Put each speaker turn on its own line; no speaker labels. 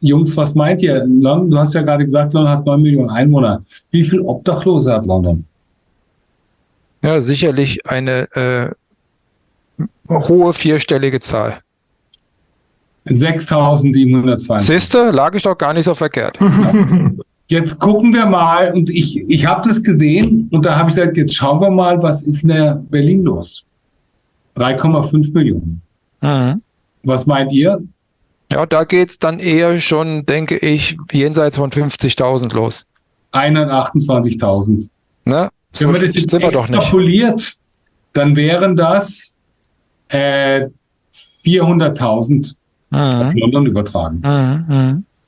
Jungs, was meint ihr? London, du hast ja gerade gesagt, London hat 9 Millionen Einwohner. Wie viel Obdachlose hat London?
Ja, sicherlich eine äh, hohe vierstellige Zahl.
6720.
Sister, lag ich doch gar nicht so verkehrt.
Jetzt gucken wir mal, und ich, ich habe das gesehen, und da habe ich gesagt, jetzt schauen wir mal, was ist in der Berlin los? 3,5 Millionen.
Mhm.
Was meint ihr?
Ja, da geht es dann eher schon, denke ich, jenseits von 50.000 los.
128.000.
Ne?
Wenn man das
schlecht
jetzt
sind wir doch nicht.
extrapoliert, dann wären das äh, 400.000 auf
Mhm. Hm?
London übertragen.
Mhm. Mhm.